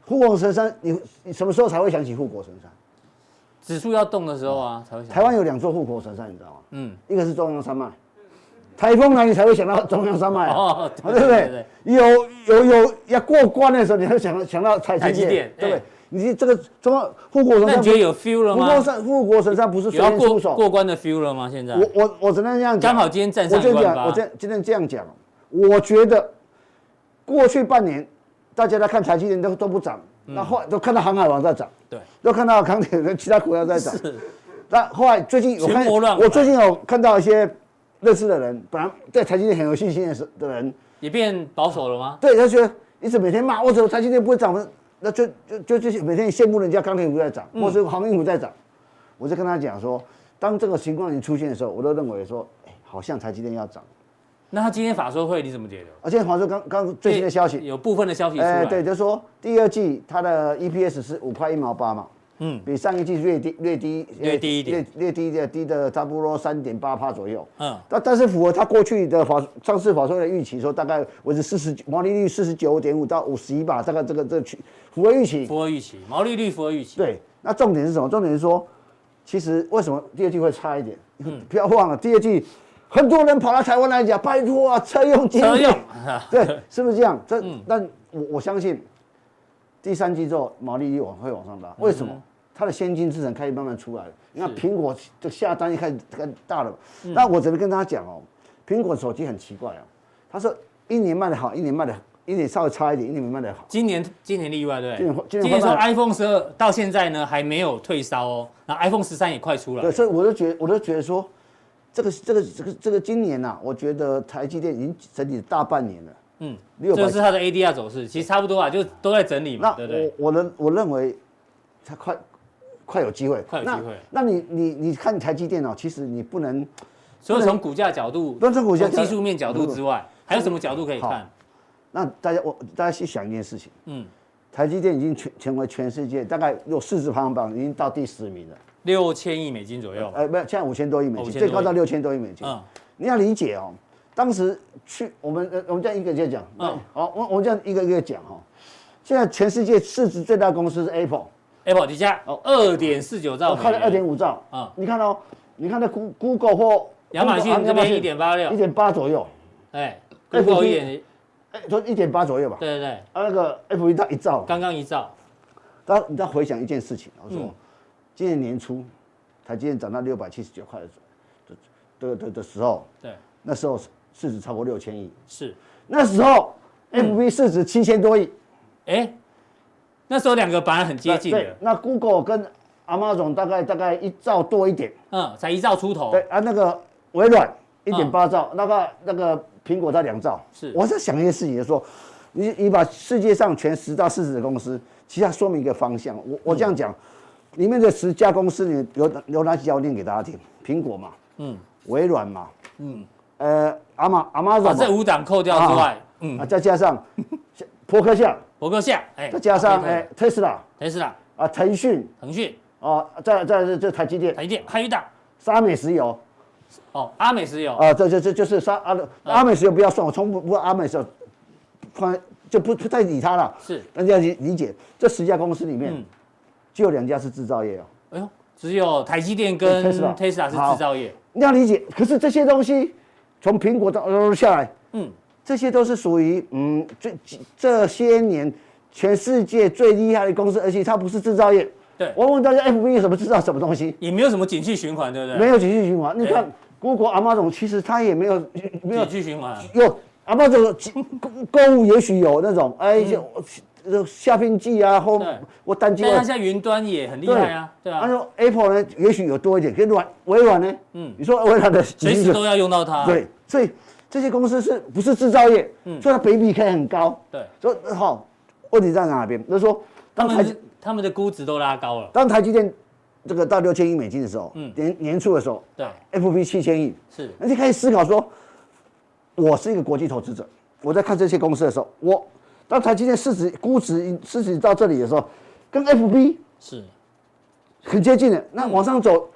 S3: 护国神山，你你什么时候才会想起护国神山？
S1: 嗯指数要动的时候啊，才会想。
S3: 哦台湾有两座护国神山，你知道吗？
S1: 嗯，
S3: 一个是中央山脉，台风来你才会想到中央山脉啊，
S1: 哦对
S3: 对不
S1: 对
S3: 对？有有有要过关的时候，你会想到想到台
S1: 台积
S3: 积
S1: 电
S3: 电，对不
S1: 哎
S3: 对？你这个中央护国神
S1: 那
S3: 山
S1: 你
S3: 不
S1: 觉得有 feel 了
S3: 护国
S1: 吗？
S3: 神护国神山不是
S1: 有
S3: 随
S1: 要
S3: 便
S1: 过
S3: 出手，
S1: 过关的 feel 了吗？现在
S3: 我我我只能这样讲。
S1: 刚好今天站上
S3: 我就
S1: 1万八
S3: 讲，我这今天这样讲，我觉得过去半年大家在看台积电都都不涨，
S1: 嗯
S3: 那后来都看到航海王在涨，
S1: 对，
S3: 都看到钢铁的其他股票在涨。那后来最近我看
S1: 群魔乱，舞
S3: 我最近有看到一些认识的人，本来对台积电很有信心的时的人，
S1: 也变保守了吗？
S3: 对，他觉得一直每天骂，我怎么台积电不会涨呢？那就就就就是每天羡慕人家钢铁股在涨，或是航运股在涨。我就跟他讲说，当这个情况一出现的时候，我都认为说，哎，好像台积电要涨。
S1: 那他今天法说会你怎么解读？
S3: 而且华硕刚刚最新的消息，
S1: 有部分的消息出
S3: 哎，
S1: 来，
S3: 对，就是说第二季它的 EPS 是五块一毛八嘛，
S1: 嗯
S3: 嗯，比上一季略低略低
S1: 略低一点
S3: 略略低的低的差不多三点八帕左右。
S1: 嗯，
S3: 但但是符合它过去的法上市法说的预期，说大概维持四十毛利率四十九点五到五十一吧，大概这个这个区符合预期。
S1: 符合预期，毛利率符合预期。，
S3: 对，那重点是什么？重点是说，其实为什么第二季会差一点？
S1: 嗯
S3: 不要忘了第二季。很多人跑到台湾来讲，拜托啊，车用经济
S1: 车用
S3: 对，是不是这样？这，
S1: 嗯
S3: 但我我相信，第三季之后毛利率往会往
S1: 嗯
S3: 上拉，为什么？它的先进制程开始慢慢出来了，那苹果的下单也开始更大了。
S1: 嗯
S3: 那我只能跟大家讲哦，苹果手机很奇怪哦，他说一年卖的好，一年卖的一年稍微差一点，一年没卖的好。
S1: 今年今年例外，对
S3: 今
S1: 不对
S3: 年会？今
S1: 今
S3: 年
S1: 年
S3: 会
S1: 说
S3: 慢
S1: iPhone 十二到现在呢还没有退烧哦，那 iPhone 十三也快出
S3: 对，
S1: 了。
S3: 所以我就觉得，我就觉得说，这个这个这个这个今年呐、啊，我觉得台积电已经整理大半年了。
S1: 嗯，
S3: 六百
S1: 这是它的 ADR 走势，其实差不多啊，就都在整理
S3: 那
S1: 嘛，对不对
S3: 我？我认我认为，它快快有机会，
S1: 快有机会
S3: 那那你你你看台积电哦，其实你不能
S1: 所以从股价角度，
S3: 不能从股价角
S1: 技术面角度之外，还有什么角度可以
S3: 好
S1: 看？
S3: 那大家我大家去想一件事情，
S1: 嗯
S3: 嗯，台积电已经全成为全世界大概有市值排行榜已经到第十名了，
S1: 六千亿美金左右。
S3: 呃，没有，现在五千多亿美
S1: 哦
S3: 金，
S1: 5000
S3: 最高
S1: 多
S3: 到
S1: 亿
S3: 六千多亿美金。
S1: 嗯，
S3: 你要理解哦，当时去我们呃我们这样一个一个讲，
S1: 嗯
S3: 好，我我们这样一个一个讲哈。现在全世界市值最大公司是 Apple，
S1: Apple 迪迦二点四九兆
S3: 哦我
S1: 美
S3: 看
S1: 元，
S3: 了二点五兆
S1: 啊
S3: 啊，你看哦，你看那 Goo- Google 或啊
S1: 亚马
S3: 哦
S1: 逊这边一点八
S3: 一
S1: 六，
S3: 点八左右，
S1: 哎
S3: FT
S1: ，Google 一点，
S3: 哎，说一点八左右吧。
S1: 对对对，
S3: 啊，那个 F 一到一兆，
S1: 刚刚一兆，
S3: 当你再回想一件事情，我说、
S1: 嗯
S3: 今年年初，台积电涨到六百七十九块的时候的的的的时候，
S1: 对，
S3: 那时候市值超过六千亿，
S1: 是，
S3: 那时候
S1: 嗯
S3: F B 市值七千多亿，
S1: 哎，那时候两个本来很接近
S3: 对
S1: 的，
S3: 那 Google 跟 Amazon 大概大概一兆多一点，
S1: 嗯，才一兆出头
S3: 对，啊，那个微软一点八兆，那个那个苹果才两兆。
S1: 嗯是
S3: 我在想一些事情，就是说你你把世界上前十大市值的公司，其实它说明一个方向。
S1: 嗯
S3: 我我这样讲，里面的十家公司里面有哪有哪几家我念给大家听？苹果嘛，
S1: 嗯，
S3: 微软嘛，嗯，呃，阿玛阿玛
S1: 把
S3: 总
S1: 这五档扣掉之外，
S3: 啊，再加 上扑克夏，
S1: 博客下，哎，
S3: 再加上哎
S1: 哎，
S3: 特斯拉
S1: 腾讯、
S3: 啊，腾讯
S1: 腾讯、
S3: 啊，再再再这台积电、
S1: 台积电，还有一档
S3: 沙美石油。
S1: 哦，阿美石油，
S3: 啊，这这这就是沙阿
S1: 嗯
S3: 阿美石油不要算，我从不不过阿美石油，突然就不不太理他了。
S1: 是，
S3: 大家理理解，这十家公司里面
S1: 嗯，
S3: 只有两家是制造业哦，
S1: 哎呦，只有台积电跟
S3: 跟 Tesla
S1: Tesla 是
S3: 好
S1: 制造业，
S3: 你要理解。可是这些东西从苹果到到下来，
S1: 嗯，
S3: 这些都是属于嗯最这些年全世界最厉害的公司，而且它不是制造业。
S1: 对，
S3: 我问大家，FB 有什么制造什么东西？
S1: 也没有什么景气循环，对不对？
S3: 没有景气循环。你看
S1: 对
S3: Google、阿玛总，其实它也没有没有
S1: 景气循环，
S3: 有啊，不，这个购购物也许有那种哎，就就下冰季啊，或
S1: 嗯对
S3: 或淡季
S1: 但它
S3: 啊
S1: 现。在云端也很厉害啊，对
S3: 他
S1: 啊，
S3: 说 Apple 呢，也许有多一点，跟软微软呢，
S1: 嗯
S3: 嗯，你说微软的
S1: 随时都要用到它，
S3: 对，所以这些公司是不是制造业？
S1: 嗯
S3: 所以它北比可以很高。
S1: 对，
S3: 所以好，问题在哪边？就是说，
S1: 他
S3: 当台
S1: 们
S3: 积
S1: 是他们的估值都拉高了，
S3: 当台积电这个到六千亿美金的时候，
S1: 嗯
S3: 年年初的时候
S1: 对，
S3: ，FP 七千亿，
S1: 是，
S3: 那就开始思考说，我是一个国际投资者，我在看这些公司的时候，我当台积电市值估值市值到这里的时候，跟 FB
S1: 是，
S3: 很接近的，那往上走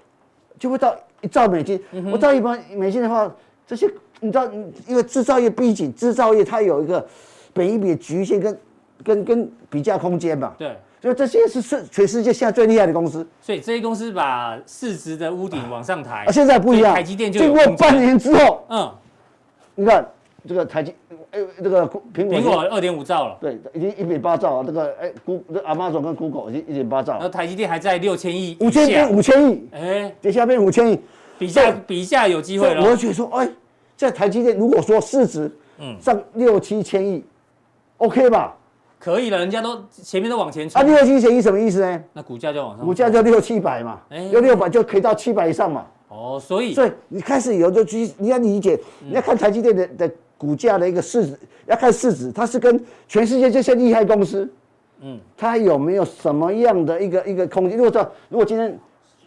S3: 就会到一兆美金。
S1: 嗯
S3: 我到一般美金的话，这些你知道，因为制造业毕竟制造业它有一个本一比的局限跟跟跟比价空间嘛，
S1: 对，
S3: 所以这些是是全世界现在最厉害的公司。
S1: 所以这些公司把市值的屋顶往上抬
S3: 啊，，现在不一
S1: 所以
S3: 样，
S1: 台积电就有
S3: 经过
S1: 空间
S3: 半年之后，
S1: 嗯，
S3: 你看这个台积，哎，这个苹果
S1: 苹果二点五兆了，
S3: 对，已经一点八兆，这个哎，Go 这 Amazon 跟 Google 已经一点八兆啊
S1: 然后，台积电还在六千亿，
S3: 五千变，五千亿，
S1: 哎，
S3: 底下变五千亿，
S1: 比价比价有机
S3: 所
S1: 会
S3: 以我就
S1: 了，
S3: 觉得说，哎，在台积电如果说市值
S1: 嗯
S3: 上六七千亿，OK 吧？
S1: 可以了，人家都前面都往前
S3: 啊，
S1: 冲，
S3: 六七千亿什么意思呢？
S1: 那股价就往上，
S3: 股价就六七百嘛
S1: 哎，
S3: 有六百就可以到七百以上嘛，
S1: 哦，所以
S3: 所以你开始有的去，你要理解，你要看台积电的的股价的一个市值，要看市值，它是跟全世界这些厉害公司，
S1: 嗯
S3: 嗯，它有没有什么样的一个一个空间？如果说如果今天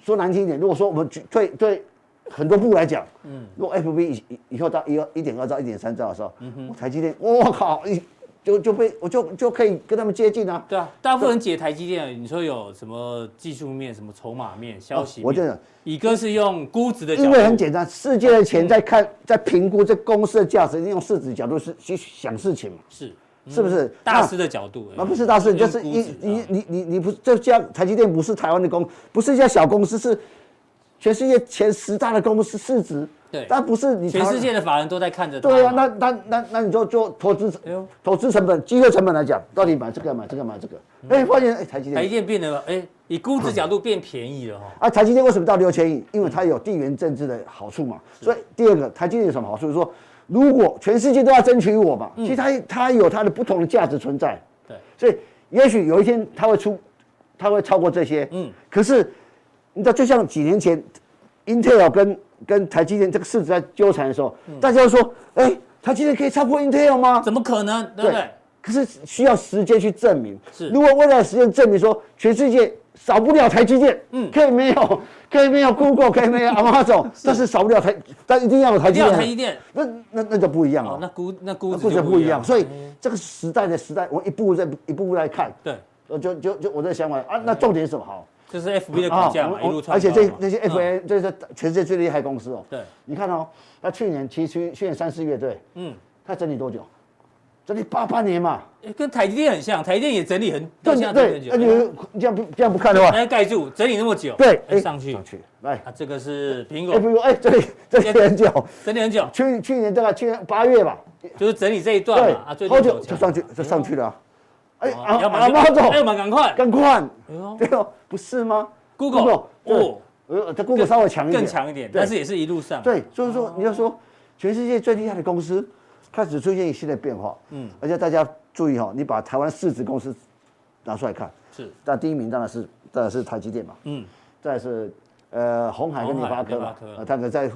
S3: 说难听一点，如果说我们举对对很多部来讲，嗯，如果 FB 以以以后到一一点二兆、一点三兆的时候，嗯台积电，我靠，一就就被我就就可以跟他们接近啊。
S1: 对啊，大部分人解台积电，你说有什么技术面、什么筹码面、消息面？
S3: 哦我真的
S1: 乙哥是用估值的角度，
S3: 因为很简单，世界的钱在看，在评估这公司的价值，利用市值角度是去想事情嘛，
S1: 是
S3: 是不是？
S1: 嗯大师的角度，
S3: 那，那不是大事，
S1: 用
S3: 就是
S1: 估
S3: 一
S1: 值
S3: 你
S1: 啊
S3: 你你你不是这家台积电不是台湾的公，不是一家小公司，是全世界前十大的公司市值。
S1: 对
S3: 但不是你台
S1: 全
S3: 湾
S1: 世界的法人都在看着他嘛。
S3: 对啊，那那那那你就做投资
S1: 哎呦
S3: 投资成本、机会成本来讲，到底买这个买这个买这个，哎，发现哎台积
S1: 嗯台积电
S3: 电
S1: 变得哎，以估值角度变便宜了哦哈。
S3: 啊，台积电为什么到六千亿？
S1: 嗯
S3: 因为它有地缘政治的好处嘛。所以第二个，台积电有什么好处？就是说，如果全世界都要争取我嘛，
S1: 嗯
S3: 其实它它有它的不同的价值存在。
S1: 对，
S3: 所以也许有一天它会出，它会超过这些。
S1: 嗯
S3: 嗯，可是你知道，就像几年前，Intel 跟跟台积电这个市值在纠缠的时候，
S1: 嗯
S3: 大家都说，哎、台积电可以超过 Intel 吗？
S1: 怎么可能？对不对？
S3: 可是需要时间去证明。
S1: 是
S3: 如果未来时间证明说全世界少不了台积电，
S1: 嗯
S3: 嗯，可以没有，可以没有 Google，可以没有 Amazon，但是少不了台，但一定要有台
S1: 一
S3: 积
S1: 定要
S3: 电。
S1: 有台积电。
S3: 那那那就不一样了
S1: 哦，，那估那估
S3: 那
S1: 值
S3: 不
S1: 就
S3: 就
S1: 不
S3: 不
S1: 一
S3: 一
S1: 样。
S3: 样。嗯所以这个时代的时代，我一步在一步步来看，
S1: 对，
S3: 我就就就我在想法啊，那重点是什么好？
S1: 就是 FB 的股价
S3: 我
S1: 嘛，一路创高嘛，
S3: 而且这这些
S1: 嗯
S3: FA 这是全世界最厉害的公司哦。
S1: 对，
S3: 你看哦，它去年其实去年三四月对，
S1: 嗯，
S3: 它整理多久？整理八八年嘛。
S1: 诶跟台积电很像，台积电也整理很，到
S3: 对
S1: 现在整
S3: 对，
S1: 理
S3: 那
S1: 很
S3: 你
S1: 久，
S3: 这样不这样不看的话，
S1: 哎，盖住整理那么久，
S3: 对，
S1: 哎
S3: 哎
S1: 上去
S3: 上，去，来
S1: 啊，这个是苹
S3: 哎，比
S1: 果
S3: 如哎这里这里很久，
S1: 整理很久，
S3: 去去年大概去年八月吧，
S1: 就是整理这一段
S3: 对
S1: 嘛，啊，最，
S3: 好
S1: 近
S3: 久
S1: 走
S3: 就
S1: 强
S3: 上去就上去了啊。哎，
S1: 哦
S3: 阿
S1: 要买
S3: 阿猫总
S1: 哎，我们赶快
S3: 更换，
S1: 哎呦
S3: 对哦，不是吗
S1: Google，
S3: 对
S1: 哦，
S3: 呃，这 Google 稍微强一点，
S1: 更强一点，
S3: 对
S1: 但是也哦是一路上，
S3: 对，所以说你要说全世界最厉害的公司开始出现一系列变化，嗯，而且大家注意哈、你把台湾市值公司拿出来看，
S1: 是，
S3: 那第一名当然是当然是台积电嘛，
S1: 嗯，
S3: 再来是呃红海跟
S1: 鸿
S3: 联
S1: 海
S3: 发科嘛
S1: 联发科，
S3: 呃，但是在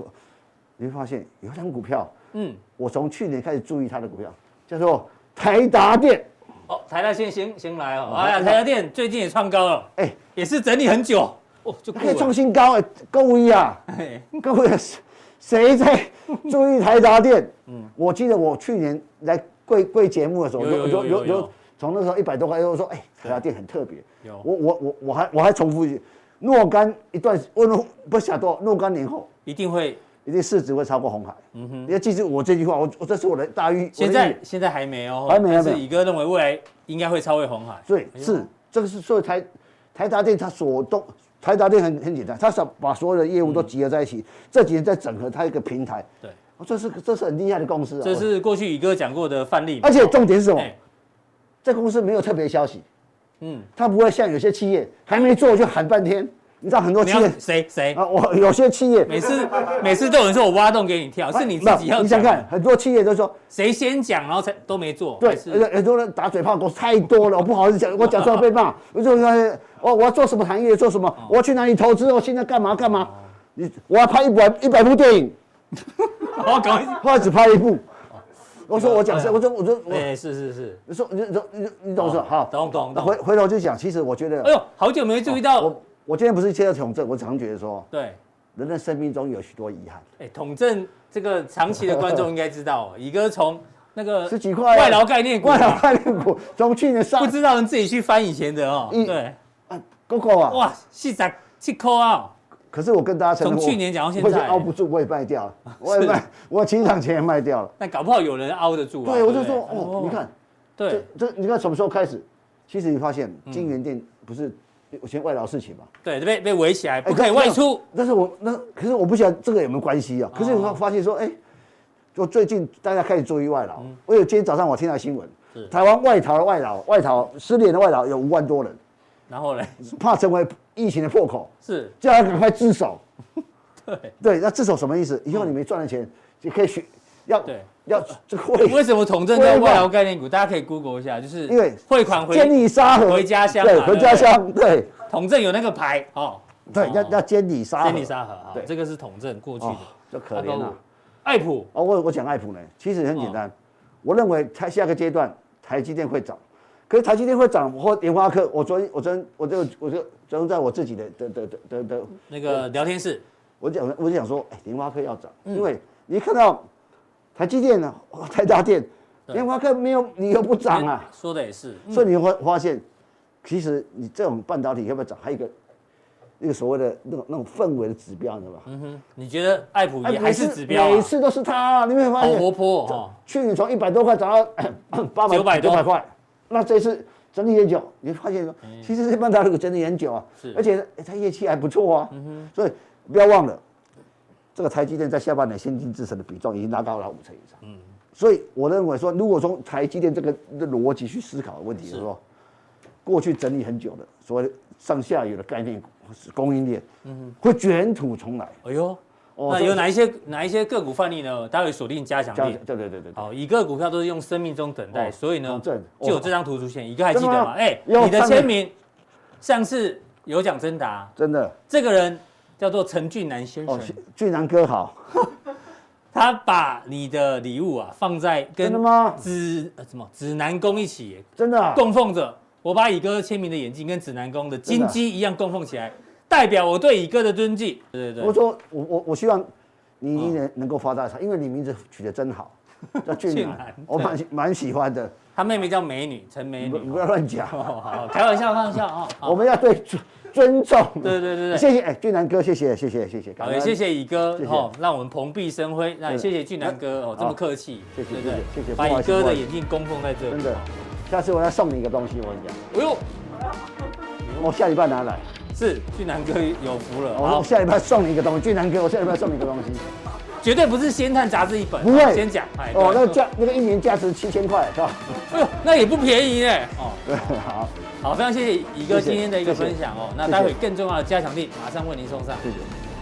S3: 你会发现有一张股票，
S1: 嗯，
S3: 我从去年开始注意它的股票，叫做台达电，
S1: 哦，台大先先先来哦，哎呀，台大电最近也创高了，
S3: 哎、
S1: 也是整理很久，哦，就
S3: 它
S1: 过
S3: 可以创
S1: 了，
S3: 新高哎、各位啊，
S1: 哎，
S3: 各位谁谁在注意台达电？嗯，我记得我去年来贵贵节目的时候，
S1: 有有有有有
S3: 从那时候一百多块，又说哎，台达电很特别。
S1: 有
S3: 我我我我还我还重复一句，若干一段若不想多若干年后，
S1: 一定会，
S3: 一定市值会超过红海。嗯哼，你要记住我这句话，我我这是我的大预。
S1: 现
S3: 我的
S1: 在
S3: 预言
S1: 现在还没哦，
S3: 还没
S1: 但
S3: 还
S1: 是
S3: 没
S1: 乙哥认为未来应该会超越红海，
S3: 对
S1: 哎呦
S3: 是这个是所有台台达电它所动。台达电很很简单，它是把所有的业务都集合在一
S1: 嗯
S3: 起，这几年在整合它一个平台，
S1: 对，
S3: 哦这是这是很厉害的公司啊！
S1: 这
S3: 我
S1: 是过去乙哥讲过的范例嘛，
S3: 而且重点是什么？
S1: 哎
S3: 这公司没有特别消息，
S1: 嗯，
S3: 它不会像有些企业还没做就喊半天。你知道很多
S1: 你
S3: 企
S1: 要
S3: 业
S1: 谁谁
S3: 啊，我有些企业
S1: 每次每次都有人说我挖洞给你跳，是你自己要
S3: 哎你
S1: 讲
S3: 想看，很多企业都说
S1: 谁先讲，然后才都没做，
S3: 对
S1: 还， 是
S3: 很很多人打嘴炮，我太多了，我不好意思讲，我讲出来被骂。我就说哦，我要做什么行业，做
S1: 哦
S3: 什么，我要去哪里投资，我现在干嘛干嘛。你我要拍一百一百部电影，
S1: 好哦搞一次，
S3: 后来只拍一部。我说我讲是，我说我说我
S1: 哎，是是是，
S3: 你说你你你你懂是吧好，
S1: 懂懂
S3: 那
S1: 懂
S3: 回，回头就讲，其实我觉得
S1: 哎呦，好久没注意到，
S3: 我我今天不是接到统证，我常觉得说，
S1: 对，
S3: 人的生命中有许多遗憾，
S1: 哎，统正这个长期的观众应该知道哦，乙哥从那个
S3: 十几块啊啊
S1: 外劳概念股嘛，
S3: 外劳概念股从去年上
S1: 不知道人自己去翻以前的哦，
S3: 一
S1: 对，
S3: 啊，Google 啊，
S1: 哇，是在去抠啊，
S3: 可是我跟大家承认，
S1: 从去年讲到现在
S3: 我已经熬不住，我也卖掉了，我也卖，我起场前也卖掉了。
S1: 但搞不好有人凹得住啊，
S3: 对，我就
S1: 不
S3: 说哦，你，看这
S1: 对嗯
S3: 这，你看什么时候开始？其实你发现金源店不是我前外劳事情嘛，
S1: 对，被被围起来，
S3: 哎
S1: 不可以外出，。哦
S3: 但是我那可是我不晓得这个有没有关系啊？可是你会发现说，哎，就最近大家开始注意外劳。我有今天早上我听到新闻
S1: 嗯是，
S3: 台湾外逃的外劳，外逃失联的外劳有五万多人，
S1: 然后嘞，
S3: 怕成为疫情的破口，
S1: 是，
S3: 叫他赶快自首。
S1: 对。
S3: 对，那自首什么意思？以后你没赚的钱，就可以去要
S1: 对
S3: 要这个会
S1: 为什么统正在外劳概念股？大家可以 Google 一下，就是
S3: 因为
S1: 汇款啊回
S3: 监理沙盒，
S1: 回家乡嘛
S3: 对，
S1: 对不
S3: 回
S1: 对
S3: 家乡，对
S1: 统正有那个牌哦，
S3: 对，要
S1: 哦
S3: 要监理沙盒，
S1: 监理沙盒啊，
S3: 对
S1: 这个是统正过去
S3: 哦
S1: 的，
S3: 就可怜
S1: 阿
S3: 了
S1: 高。爱普
S3: 哦，我我讲爱普呢，其实很
S1: 哦
S3: 简单，我认为它下个阶段台积电会涨，可是台积电会涨或联发科，我昨天我昨天我就我就昨天在我自己的的的的的的，
S1: 那个聊天室，
S3: 我讲我就想说，哎，联发科要涨，
S1: 嗯
S3: 因为你一看到台积电呢，哇台达电，
S1: 对
S3: 联发科没有你又不涨啊。
S1: 说的也是，嗯
S3: 所以你会发现，其实你这种半导体要不要涨，还有一个一个所谓的那种那种氛围的指标，你知道吧？
S1: 嗯哼，你觉得爱普
S3: 哎
S1: 也还是
S3: 每次
S1: 指标啊
S3: 每次都是它、啊，你会发
S1: 好
S3: 现
S1: 活泼哦，
S3: 去年从一百多块涨到八百
S1: 900多
S3: 百块，那这次整理很久，你会发现说，其实这半导体股整理很久啊
S1: 是，
S3: 而且哎它业绩还不错啊，所以不要忘了，这个台积电在下半年先进制程的比重已经拉高了五成以上，所以我认为说，如果从台积电这个的逻辑去思考的问题，就是说，过去整理很久的所谓上下游的概念股或是供应链，会卷土重来，
S1: 哎呦，
S3: 哦
S1: 那
S3: 这
S1: 有哪一些哪一些个股范例呢？待会锁定加强
S3: 这样
S1: 力
S3: 子。对对对对对。
S1: 好，乙哥的股票都是用生命中等待，
S3: 哦
S1: 所以呢
S3: 统正，
S1: 就有这张图出现。乙哥还记
S3: 真
S1: 得
S3: 的
S1: 吗？
S3: 吗
S1: 哎，
S3: 有
S1: 你的
S3: 上面
S1: 签名，上次有奖征答，
S3: 真的
S1: 这个人叫做陈俊南先生，
S3: 哦，俊南哥好，
S1: 他把你的礼物啊放在跟
S3: 真的吗
S1: 指呃什么指南宫一起
S3: 真的啊
S1: 供奉着，我把乙哥签名的眼镜跟指南宫的金鸡一样供奉起来，代表我对乙哥的尊敬。对对
S3: 我
S1: 对，
S3: 说我我我希望你一能能够发大财，因为你名字取得 真好，叫俊
S1: 俊
S3: 南
S1: 男，
S3: 我蛮喜蛮喜欢的。
S1: 他妹妹叫美女陈美
S3: 你不
S1: 女。
S3: 你不要乱讲，
S1: 哦，好，开玩笑，开玩笑啊！哦好
S3: 我们要对尊重。
S1: 对对对对
S3: 谢谢哎，俊南哥，谢谢谢谢谢谢，感
S1: 好，
S3: 恩
S1: 也谢谢乙哥
S3: 谢谢
S1: 哦，让我们蓬荜生辉。那也谢谢
S3: 对
S1: 俊南哥哦，这么客气，
S3: 谢谢
S1: 对不对
S3: 谢谢谢谢
S1: 把
S3: 不好
S1: 乙
S3: 意思
S1: 哥
S3: 不好
S1: 的
S3: 意思
S1: 眼镜供奉在这里。
S3: 真的，下次我要送你一个东西，我跟你讲，
S1: 哎呦，
S3: 我下礼拜拿来，
S1: 是俊南哥有福了，
S3: 我
S1: 嗯好
S3: 我，下礼拜送你一个东西，俊南哥，我下礼拜送你一个东西，
S1: 绝对不是《先探》杂志一本，
S3: 不会
S1: 先讲， 哎，
S3: 哦，那
S1: 对
S3: 个价那个一年价值七千块是吧？
S1: 哎呦，那也不便宜呢，哦。
S3: 对，好，
S1: 好，非常谢谢乙哥
S3: 谢谢
S1: 今天的一个
S3: 谢谢
S1: 分享哦。那
S3: 谢谢
S1: 待会更重要的加强力马上为您送上。
S3: 谢谢。